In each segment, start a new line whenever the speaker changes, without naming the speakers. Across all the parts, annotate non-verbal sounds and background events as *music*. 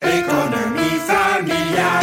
Économie familiale.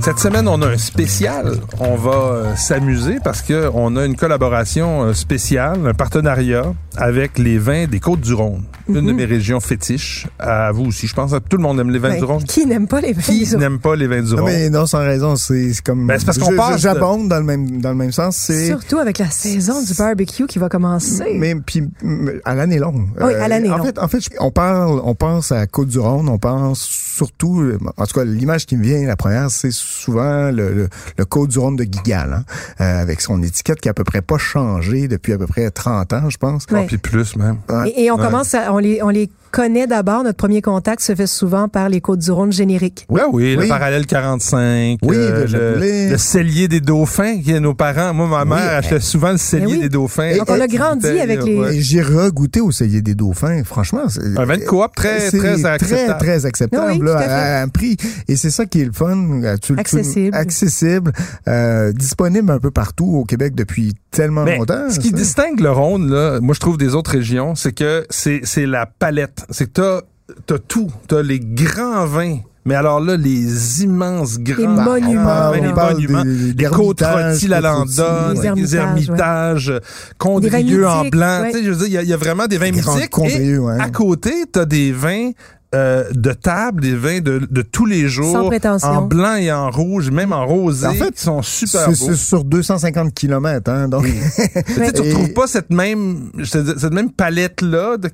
Cette semaine, on a un spécial. On va euh, s'amuser parce que on a une collaboration euh, spéciale, un partenariat avec les vins des Côtes-du-Rhône,
Mhm.
une de mes régions fétiches. À vous aussi, je pense. que Tout le monde aime les vins
Ben,
du Rhône.
Qui n'aime pas les vins
Qui
du Rhône?
n'aime pas les vins du
Non,
Rhône
mais non, sans raison, c'est c'est comme.
Ben, c'est parce qu'on
Je-
passe de-
je- J'abonde dans le même dans le même sens. C'est.
Surtout avec la saison du barbecue qui va commencer.
Mais puis mm, à l'année longue.
Oui, à l'année
Euh, en
longue.
Fait, en fait, je- on parle, on pense à Côte du Rhône, on pense surtout, euh, en tout cas, l'image qui me vient la première, c'est souvent le, le, le Côte du Rhône de Gigal, hein, euh, avec son étiquette qui a à peu près pas changé depuis à peu près 30 ans, je pense. Ah,
Ouais.
Ah, Puis plus même.
Et, et on commence à, on les, on les connaît d'abord. Notre premier contact se fait souvent par les Côtes-du-Rhône génériques.
Oui, Ah oui, le
Oui.
parallèle 45.
Oui,
euh,
le
le,
Châtelet.
le cellier des dauphins qui est nos parents. Moi, ma mère
ben-
achetait souvent le cellier
Ben oui.
des dauphins.
Donc, on a grandi
Bouteille,
avec
là,
les-
ouais.
Et J'ai regoûté au cellier des dauphins, franchement. c'est-
Un vin de coop très,
C'est
très
Très,
acceptable.
très acceptable,
Oui, oui,
là,
tout à
à, à un prix. Et c'est ça qui est le fun. euh, tu- tu-
Accessible.
accessible, euh, disponible un peu partout au Québec depuis tellement
Mais
longtemps.
ce qui
Ah, ça.
distingue le Rhône, là, moi je trouve des autres régions, c'est que c'est c'est la palette. C'est que t'as t'as tout, t'as les grands vins. Mais alors là, les immenses grands
Les monuments,
grands vins,
on
les
Ah, parle
monuments,
des-
les
des
côtes
Hermitages,
rôties, la
Côtes rôties,
Landonne,
les
les
Hermitages,
Hermitages, Condrieux
Des vins
en
mythiques,
blanc.
ouais.
Tu sais, je veux dire, il y a- il y, a vraiment des vins
Des grands
mythiques. Et
Condrieux, ouais.
À côté, t'as des vins euh, de table, des vins de, de tous les jours,
Sans prétention.
en blanc et en rouge, même en rosé,
En fait,
qui sont super
C'est
beaux.
c'est sur 250 kilomètres, hein, donc.
Tu sais, tu
Ben, Et-
retrouves pas cette même, je te dis- cette même palette-là de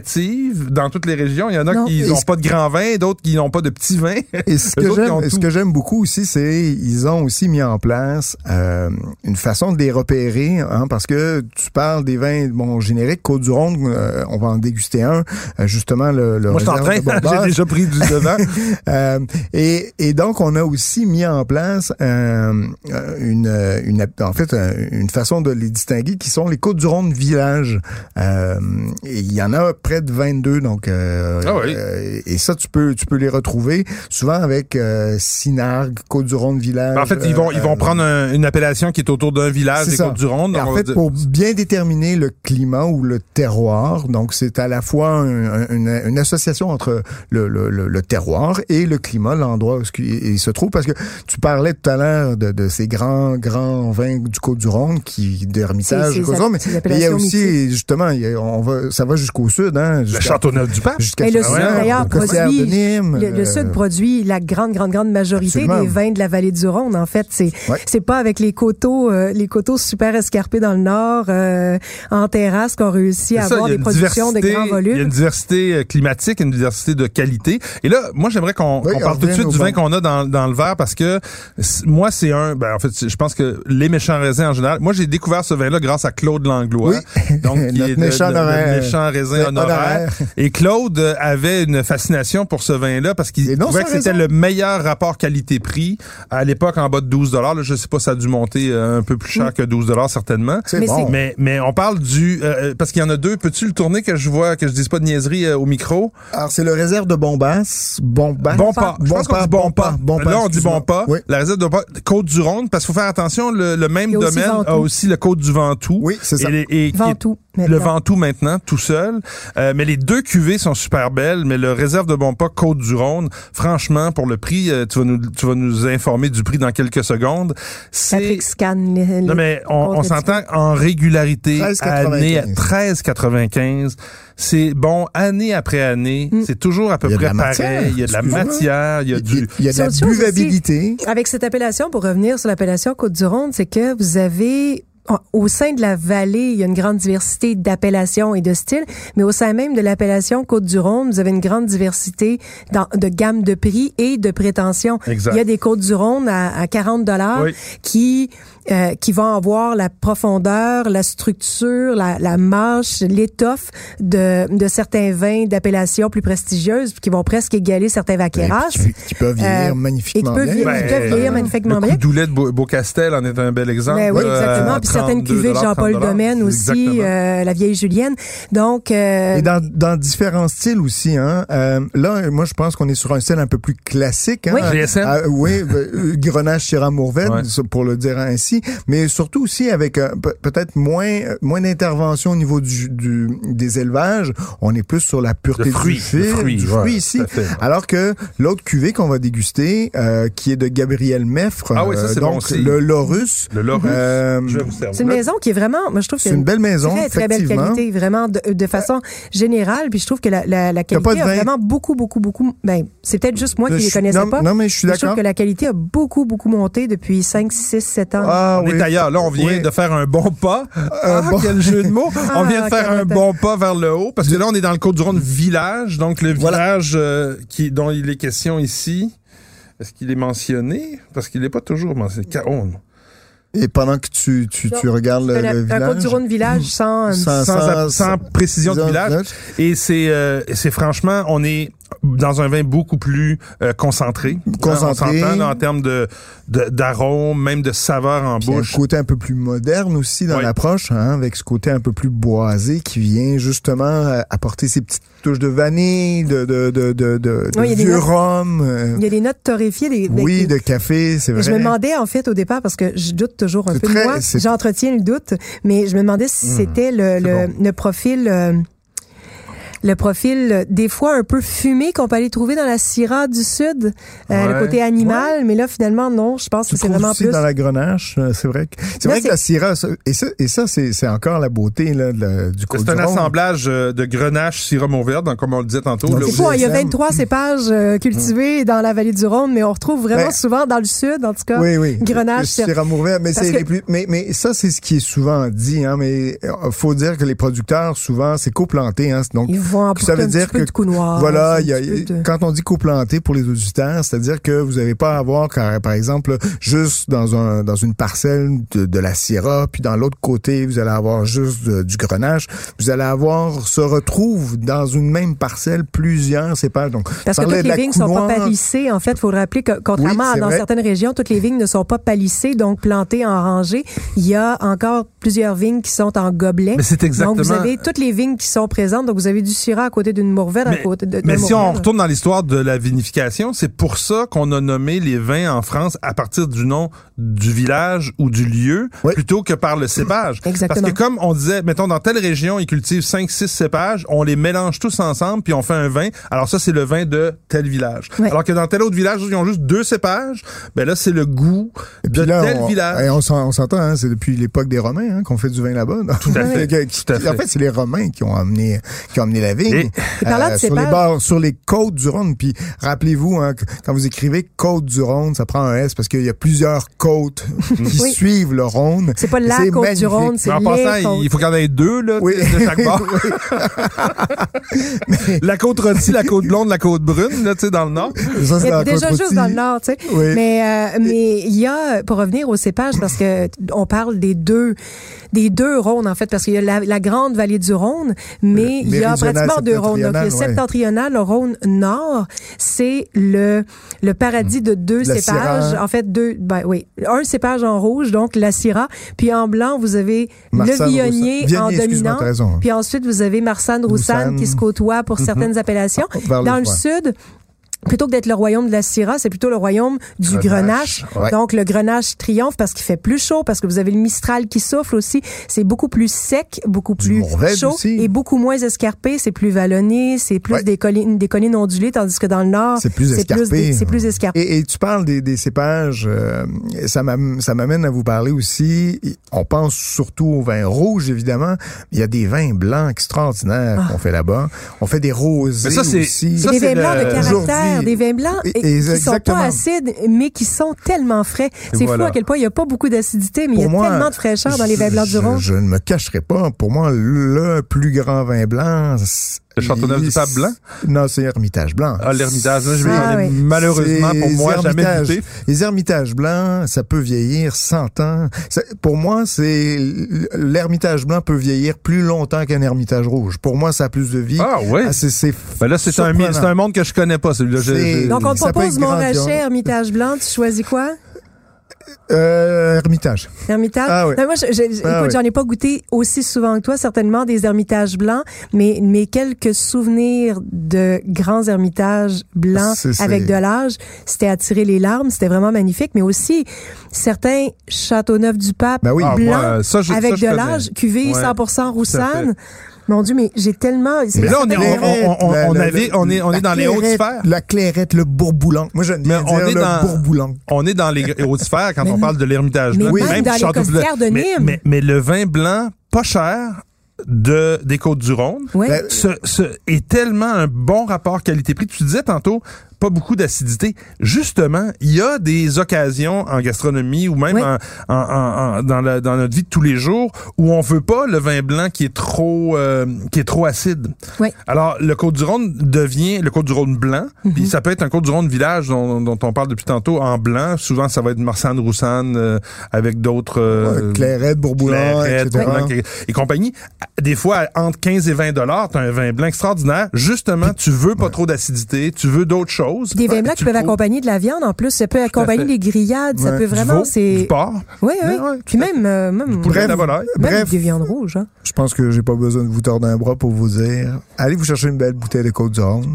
qualitative dans toutes les régions. Il y en a
Non.
qui
Et
n'ont
ce- Ben,
pas de grands vins, d'autres qui n'ont pas de petits vins.
Et ce
Eux
que
autres, ils ont
j'aime, ce
tout.
que j'aime beaucoup aussi, c'est ils ont aussi mis en place euh, une façon de les repérer, hein, parce que tu parles des vins bon génériques Côte du Rhône, euh, on va en déguster un, euh, justement le,
*laughs*
le
Moi, je suis en
réserve
train,
de Bourbon.
*laughs* j'ai déjà pris
*laughs*
du devant.
Euh, et, et donc, on a aussi mis en place euh, euh, une, euh, une, ap- en fait, euh, une façon de les distinguer qui sont les Côtes du Rhône village. Euh, et il y en a près de 22, donc euh,
Ah oui.
euh, et ça, tu peux, tu peux les retrouver souvent avec euh, Sinargue, Côte du Rhône village.
en fait, ils vont,
euh,
ils vont prendre un- une appellation qui est autour d'un village
c'est
des
ça.
Côtes-du-Rhône.
Et
donc on
En
va
fait,
dire-
pour bien déterminer le climat ou le terroir, donc c'est à la fois un- un- une, une association entre le, le- le- le terroir et le climat, l'endroit où ce qui- il se trouve, parce que tu parlais tout à l'heure de, de ces grands, grands vins du Côte-du-Rhône qui, de Hermitage,
C'est- c'est
du Côte-du-Rhône, mais,
des
mais il y a
appellations
aussi, justement, il y a- on va, ça va jusqu'au sud, hein,
le
jusqu'à-
Château-Neuf-du-Pape.
Jusqu'à
Mais le
Saint-Laurent,
Sud, d'ailleurs,
au Costières
produit-
de Nîmes,
Le, le
euh,
Sud produit la grande, grande, grande majorité
Absolument.
des vins de la vallée du Rhône. En fait, c'est
Ouais.
c'est pas avec les coteaux, euh, les coteaux super escarpés dans le nord, euh, en terrasse, qu'on réussit à
C'est ça,
avoir
il y a
des
une
productions de
diversité- Il y a
grands
une
volumes.
diversité euh, climatique, une diversité de qualité. Et là, moi, j'aimerais qu'on
Oui,
qu'on
on
parle tout de
revient
suite
au
du vin
bon.
qu'on a dans, dans le verre parce que c- moi, c'est un. Ben, en fait, c'est- je pense que les méchants raisins en général. Moi, j'ai découvert ce vin-là grâce à Claude Langlois.
Oui.
*laughs* Donc,
*laughs*
qui
Notre
est le-
méchant
le- le
honoraire.
méchant raisin
Le
honoraire.
honoraire.
Et Claude euh, avait une fascination pour ce vin-là parce qu'il
Et non
trouvait
sans
que c'était
raison.
le meilleur rapport qualité-prix. À l'époque, en bas de 12 là, Je sais pas, ça a dû monter euh, un peu plus cher que 12 certainement.
c'est
Mais
bon.
Mais, mais on parle du... euh, euh, parce qu'il y en a deux. Peux-tu le tourner que je vois, que je dise pas de niaiserie euh, au micro?
Alors, c'est le réserve de Bombasse. Bombasse.
Bon pas. Ben, Je pense qu'on dit bon pas. Ben
Bon
Là, on dit bon
excuse-moi.
pas.
Oui.
La réserve de Côte-du-Rhône, parce qu'il faut faire attention, le, le même
Il y a aussi
domaine
Ventoux.
a aussi le Côte-du-Ventoux.
Oui, c'est ça.
Et, les- et qui est-
Ventoux.
le
Maintenant.
Ventoux maintenant, tout seul. Euh, mais les deux cuvées sont super belles, mais le réserve de Bonpac Côte du Rhône, franchement, pour le prix, euh, tu, vas nous, tu vas nous informer du prix dans quelques secondes. C'est
Patrick Scan. les-
non, mais on, on
contre-
s'entend en régularité,
13,95.
année à 13,95. C'est bon, année après année,
Mm.
c'est toujours à peu
Il y a de
près
la matière,
pareil. Il y a de la
excuse-moi.
matière, il y a
Il
du...
il y a de la
C'est autre chose aussi.
buvabilité.
Avec cette appellation, pour revenir sur l'appellation Côte-du-Rhône, c'est que vous avez en- au sein de la vallée, il y a une grande diversité d'appellations et de styles, mais au sein même de l'appellation Côte-du-Rhône, vous avez une grande diversité dans- de gamme de prix et de prétentions.
Exact.
Il y a des Côtes-du-Rhône à, à 40 dollars
Oui.
qui euh, qui vont avoir la profondeur, la structure, la, la marche, l'étoffe de, de certains vins d'appellations plus prestigieuses puis qui vont presque égaler certains vaquérages.
Qui, qui peuvent vieillir
Euh, et
magnifiquement
qui peuvent
bien.
vieillir-
Ben,
ils peuvent vieillir magnifiquement
Le
bien.
Doulette Beau- Beaucastel en est un bel exemple.
Ben oui,
euh,
exactement.
à
Puis certaines
32
cuvées de Jean-Paul
30
Domaine aussi,
Exactement.
euh, la vieille Julienne. Donc, euh,
Et dans, dans différents styles aussi. Hein. Euh, là, moi, je pense qu'on est sur un style un peu plus classique. Hein.
Oui.
GSM.
Ah, oui, ben, euh, Grenache Syrah Mourvèdre,
Ouais.
ça, pour le dire ainsi. Mais surtout aussi avec euh, pe- peut-être moins euh, moins d'intervention au niveau du, du- des élevages. On est plus sur la pureté
Le fruit,
du fil,
le fruit, Ah.
du
ouais,
fruit ici.
tout à fait, ouais.
Alors que l'autre cuvée qu'on va déguster, euh, qui est de Gabriel Meffre, euh,
Ah oui, ça, c'est
donc
bon aussi.
le Lorus.
Le Laurus,
Euh,
je vais vous servir.
c'est une maison qui est vraiment, moi je trouve que
C'est une belle maison,
très, très belle
effectivement.
qualité, vraiment de, de façon générale. Puis je trouve que la, la, la
pas de
qualité a
vin.
vraiment beaucoup, beaucoup, beaucoup. Ben, c'est peut-être juste moi
Je
qui les
suis-
connaissais
non,
pas.
non, mais je suis
Je trouve
d'accord.
que la qualité a beaucoup, beaucoup monté depuis 5, 6, 7 ans.
Ah,
On
oui.
est ailleurs. Là, on vient
Oui.
de faire un bon pas. ah,
bon-
quel jeu de
*laughs*
mots. on vient de
Ah,
faire
quel
un
matin.
bon pas vers le haut. Parce que là, on est dans le Côte-du-Rhône village. Donc, le
Voilà.
village euh, qui, dont il est question ici, est-ce qu'il est mentionné? Parce qu'il n'est pas toujours mentionné. Ca- oh, non.
Et pendant que tu, tu, tu regardes le,
Un-
le
un
village...
Côte-du-Rhône village sans,
Sans-
Ah, sans,
sans-
sans précision de
sans-
village. Et c'est euh, c'est franchement, on est dans un vin beaucoup plus euh, concentré. On
Concentré.
s'entend, là, en termes de de- d'arômes, même de saveur en
Puis il y a
bouche.
un côté un peu plus moderne aussi dans
Oui.
l'approche, hein, avec ce côté un peu plus boisé qui vient justement euh, apporter ces petites touches de vanille, de, de, de, de, de, de
Oui, il y a des
vieux
notes-
rhum. euh,
Il y a des notes torréfiées. Des, des-
oui,
des-
de café, c'est vrai.
Je me demandais en fait au départ parce que je doute toujours un
C'est
peu
très-
de moi.
c'est- Hmm.
J'entretiens le doute, mais je me demandais si c'était le, le, le profil. euh, le profil, euh, des fois un peu fumé qu'on peut aller trouver dans la Syrah du Sud, euh,
Ouais.
le côté animal, mais là finalement non, je pense
Tu
que c'est
trouves
vraiment
aussi
plus.
dans la grenache, euh, c'est vrai. que- C'est
Là,
vrai que
c'est-
la Syrah, ça- et ça, et ça c'est c'est encore la beauté là, de la- du côté
C'est un assemblage euh, de grenache, sirop Mourvèdre, donc, comme on le disait tantôt.
Donc,
là,
C'est
au
fou, hein, il y a
GSM.
23 cépages euh, cultivés dans la vallée du Rhône, mais on retrouve vraiment
Hmm. Ben,
souvent dans le Sud, en tout cas.
Oui, oui.
Grenache,
c'est Mourvèdre, mais
Parce
c'est
que-
les plus. Mais, mais ça, c'est ce qui est souvent dit. Hein, mais euh, faut dire que les producteurs, souvent, c'est coplanté. Hein, donc,
Ils vont apporter
ça veut
un
dire
petit peu
que-
de coup noir.
Voilà,
Ah, un
il y a-
petit peu de-
quand on dit coplanté pour les auditeurs, c'est-à-dire que vous n'avez pas à avoir, car- par exemple, juste dans un dans une parcelle de, de la Syrah, puis dans l'autre côté, vous allez avoir juste de- du grenache. Vous allez avoir, se retrouve dans une même parcelle plusieurs cépages. Donc,
Parce que
parler
toutes
de
les
la
vignes sont pas
counoir-
palissées. En fait, il faut le rappeler que, contrairement
Oui, c'est
à dans
vrai.
certaines régions, toutes les vignes ne sont pas palissées, donc plantées en rangée. Il y a encore plusieurs vignes qui sont en gobelet.
Mais c'est exactement-
Donc, vous avez toutes les vignes qui sont présentes. Donc, vous avez du syrah à côté d'une mourvèdre, à côté
Euh,
de
mais
d'un
si on
mourvèdre.
retourne dans l'histoire de la vinification, c'est pour ça qu'on a nommé les vins en France à partir du nom du village ou du lieu
Oui.
plutôt que par le cépage.
Exactement.
Parce que comme on disait, mettons dans telle région, ils cultivent 5 6 cépages, on les mélange tous ensemble puis on fait un vin. Alors ça c'est le vin de tel village.
Oui.
Alors que dans tel autre village, ils ont juste deux cépages, ben là c'est le goût de
Puis là,
tel
on,
village.
eh, on s'en- on s'entend, hein, c'est depuis l'époque des Romains hein, qu'on fait du vin là-bas. Tout
à
*laughs*
fait, tout à
En
fait.
fait, c'est les Romains qui ont amené, qui ont amené la vigne Euh,
Et parlant de
sur
cépage-
les bords, sur les côtes du Rhône. Puis rappelez-vous, hein, que- quand vous écrivez côte du Rhône, ça prend un S parce qu'il y a plusieurs
*laughs*
côtes qui
Oui.
suivent le Rhône.
C'est pas
Et
la côte du
magnifique.
Rhône, c'est
Mais en
les
passant,
côtes.
il faut qu'il y en ait deux là, *laughs*
Oui.
de
*laughs*
chaque bord. La côte rôtie, la côte blonde, la côte brune là, tu sais dans le nord.
Ça, c'est
Il y
dans
a
la
déjà
côte
juste
aussi.
dans le Nord, tu sais.
Oui.
Mais euh, mais il y a pour revenir au cépage parce que on parle des deux des deux Rhônes en fait parce qu'il y a la, la grande vallée du Rhône, mais il y a
méridional,
pratiquement deux Rhônes. Donc le septentrional,
septentrional, ouais.
le Rhône Nord, c'est le le paradis de deux
La
cépages.
Syrah.
En fait, deux ben oui, un cépage en rouge donc la Syrah, puis en blanc vous avez
Marsanne,
le Viognier
Roussanne.
en
Viognier, excuse-moi,
dominant,
t'as raison. hein.
puis ensuite vous avez Marsanne Roussanne
Roussanne.
qui se côtoie pour certaines appellations.
Vers le
Dans le
coin.
sud, plutôt que d'être le royaume de la Syrah, c'est plutôt le royaume du Grenache.
Grenache, ouais.
Donc le Grenache triomphe parce qu'il fait plus chaud, parce que vous avez le Mistral qui souffle aussi. C'est beaucoup plus sec, beaucoup plus
Mourvèdre
chaud
aussi.
et beaucoup moins escarpé. C'est plus vallonné, c'est plus
Ouais.
des collines, des collines ondulées, tandis que dans le nord,
C'est plus escarpé.
des- C'est plus escarpé.
Et, et tu parles des, des cépages, euh, ça m'am- ça m'amène à vous parler aussi, on pense surtout au vin rouge évidemment, il y a des vins blancs extraordinaires
Ah.
qu'on fait là-bas. On fait des rosés
Mais ça, c'est-
aussi.
ça,
des
c'est
vins blancs
le-
de caractère,
Aujourd'hui.
des vins blancs
Et-
et-
et-
qui sont
exactement.
pas acides, mais qui sont tellement frais. C'est
voilà.
fou à quel point il n'y a pas beaucoup d'acidité, mais il y a
Pour moi,
tellement de fraîcheur dans les
je-
vins blancs du
je-
Rhône.
Je, ne me cacherai pas. Pour moi, le plus grand vin blanc. c'est-
Le Châteauneuf-du-Pape blanc?
Non, c'est Hermitage blanc.
Ah, l'Hermitage, là, je vais
Ah,
j'en ai
oui.
malheureusement
C'est
pour moi
les
jamais
Hermitages.
goûté.
Les ermitages blancs, ça peut vieillir 100 ans. Ça- pour moi, c'est l'ermitage blanc peut vieillir plus longtemps qu'un ermitage rouge. Pour moi, ça a plus de vie.
Ah, oui?
c'est c'est
Ben là, c'est un, mi-
surprenant.
c'est un monde que je connais pas, celui-là. Je-
C'est-
je-
Donc on te
Ça peut
propose
être
Montrachet,
grandiose.
Hermitage Blanc, tu choisis quoi?
Euh, ermitage.
Ermitage.
Ah oui.
Non, moi, je- je- écoute,
Ah oui.
j'en ai pas goûté aussi souvent que toi, certainement des ermitages blancs, mais, mais quelques souvenirs de grands ermitages blancs
C'est- c'est-
avec de l'âge, c'était attirer les larmes, c'était vraiment magnifique, mais aussi certains Châteauneuf du Pape
Ben oui. Ah,
blancs
moi, ça, je-
avec
ça, je
de
connais.
l'âge, cuvée
Ouais,
100%
fait.
roussane. Mon Dieu, mais j'ai tellement. c'est-
Mais là, on est-
certains-
on- on- on-
La-
on
la-
avait- on est- on
la
est dans les hautes
clairette,
sphères.
La clairette, le bourboulon. Moi, j'aime bien
Mais on
dire
est
le
dans-
bourboulon.
On est dans les hautes sphères quand
Mais
on
non.
parle de l'Hermitage
Mais
blanc.
Oui. même dans les
Château Blanc.
costières de
Mais-
Nîmes.
Mais, mais le vin blanc, pas cher, de, des Côtes-du-Rhône,
Ouais.
Ben,
ce, ce- est tellement un bon rapport qualité-prix. Tu disais tantôt, pas beaucoup d'acidité. Justement, il y a des occasions en gastronomie ou même
Ouais.
en, en- en- en- dans, la- dans notre vie de tous les jours où on veut pas le vin blanc qui est trop euh, qui est trop acide.
Ouais.
Alors le Côte du Rhône devient le Côte du Rhône blanc. Puis ça peut être un Côte du Rhône village dont, dont on parle depuis tantôt en blanc. Souvent ça va être Marsanne, Roussanne euh, avec d'autres euh,
Ouais, clairette, bourboulon,
Clairette,
etc.
Blanc et compagnie. Des fois, entre 15 et 20 dollars, t'as un vin blanc extraordinaire. Justement, tu veux pas trop d'acidité, tu veux d'autres choses. Euh,
Des vins blancs
Tu
qui peuvent
trouves
accompagner de la viande en plus. Ça peut accompagner
fait.
les grillades. Ça
Ouais.
peut
du
vraiment.
veau,
c'est
du porc.
Oui, oui.
Ouais, ouais,
Puis même, euh, même,
poulet,
même-
de la volaille.
même
Bref.
des viandes rouges. Hein.
Je pense que j'ai pas besoin de vous tordre un bras pour vous dire allez vous chercher une belle bouteille de Côte du Rhône.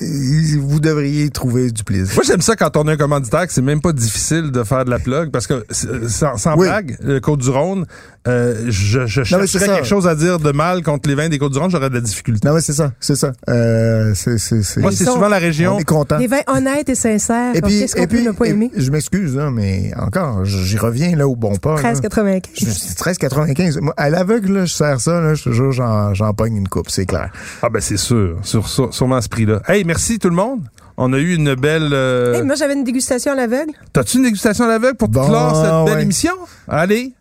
Et Vous devriez y trouver du plaisir.
Moi, j'aime ça quand on a un commanditaire que c'est même pas difficile de faire de la plug parce que, euh, sans, sans
Oui.
blague, le Côte-du-Rhône, euh, je, je
mais c'est
chercherais
ça.
quelque chose à dire de mal contre les vins des Côtes-du-Rhône, j'aurais de la difficulté.
Non, mais c'est ça, c'est ça. Euh, c'est, c'est, c'est...
Moi, c'est
Ils sont-
souvent la
On
région.
est content.
Des vins honnêtes et sincères.
Et
Alors,
puis,
Qu'est-ce qu'on
et
peut
puis,
ne pas
et-
aimer?
je m'excuse, hein, mais encore, j- j'y reviens là au bon pas. là.
13,95.
Je- c'est 13,95. Moi, à l'aveugle, là, je sers ça, là, je te jure, j'en, j'en pogne une coupe, c'est clair.
Ah ben c'est sûr, sur, sur- sûrement à ce prix-là. Hey, merci tout le monde. On a eu une belle... euh,
Eh, Hey, moi, j'avais une dégustation à l'aveugle.
T'as-tu une dégustation à l'aveugle pour
Bon,
clore cette belle
ouais.
émission? Allez,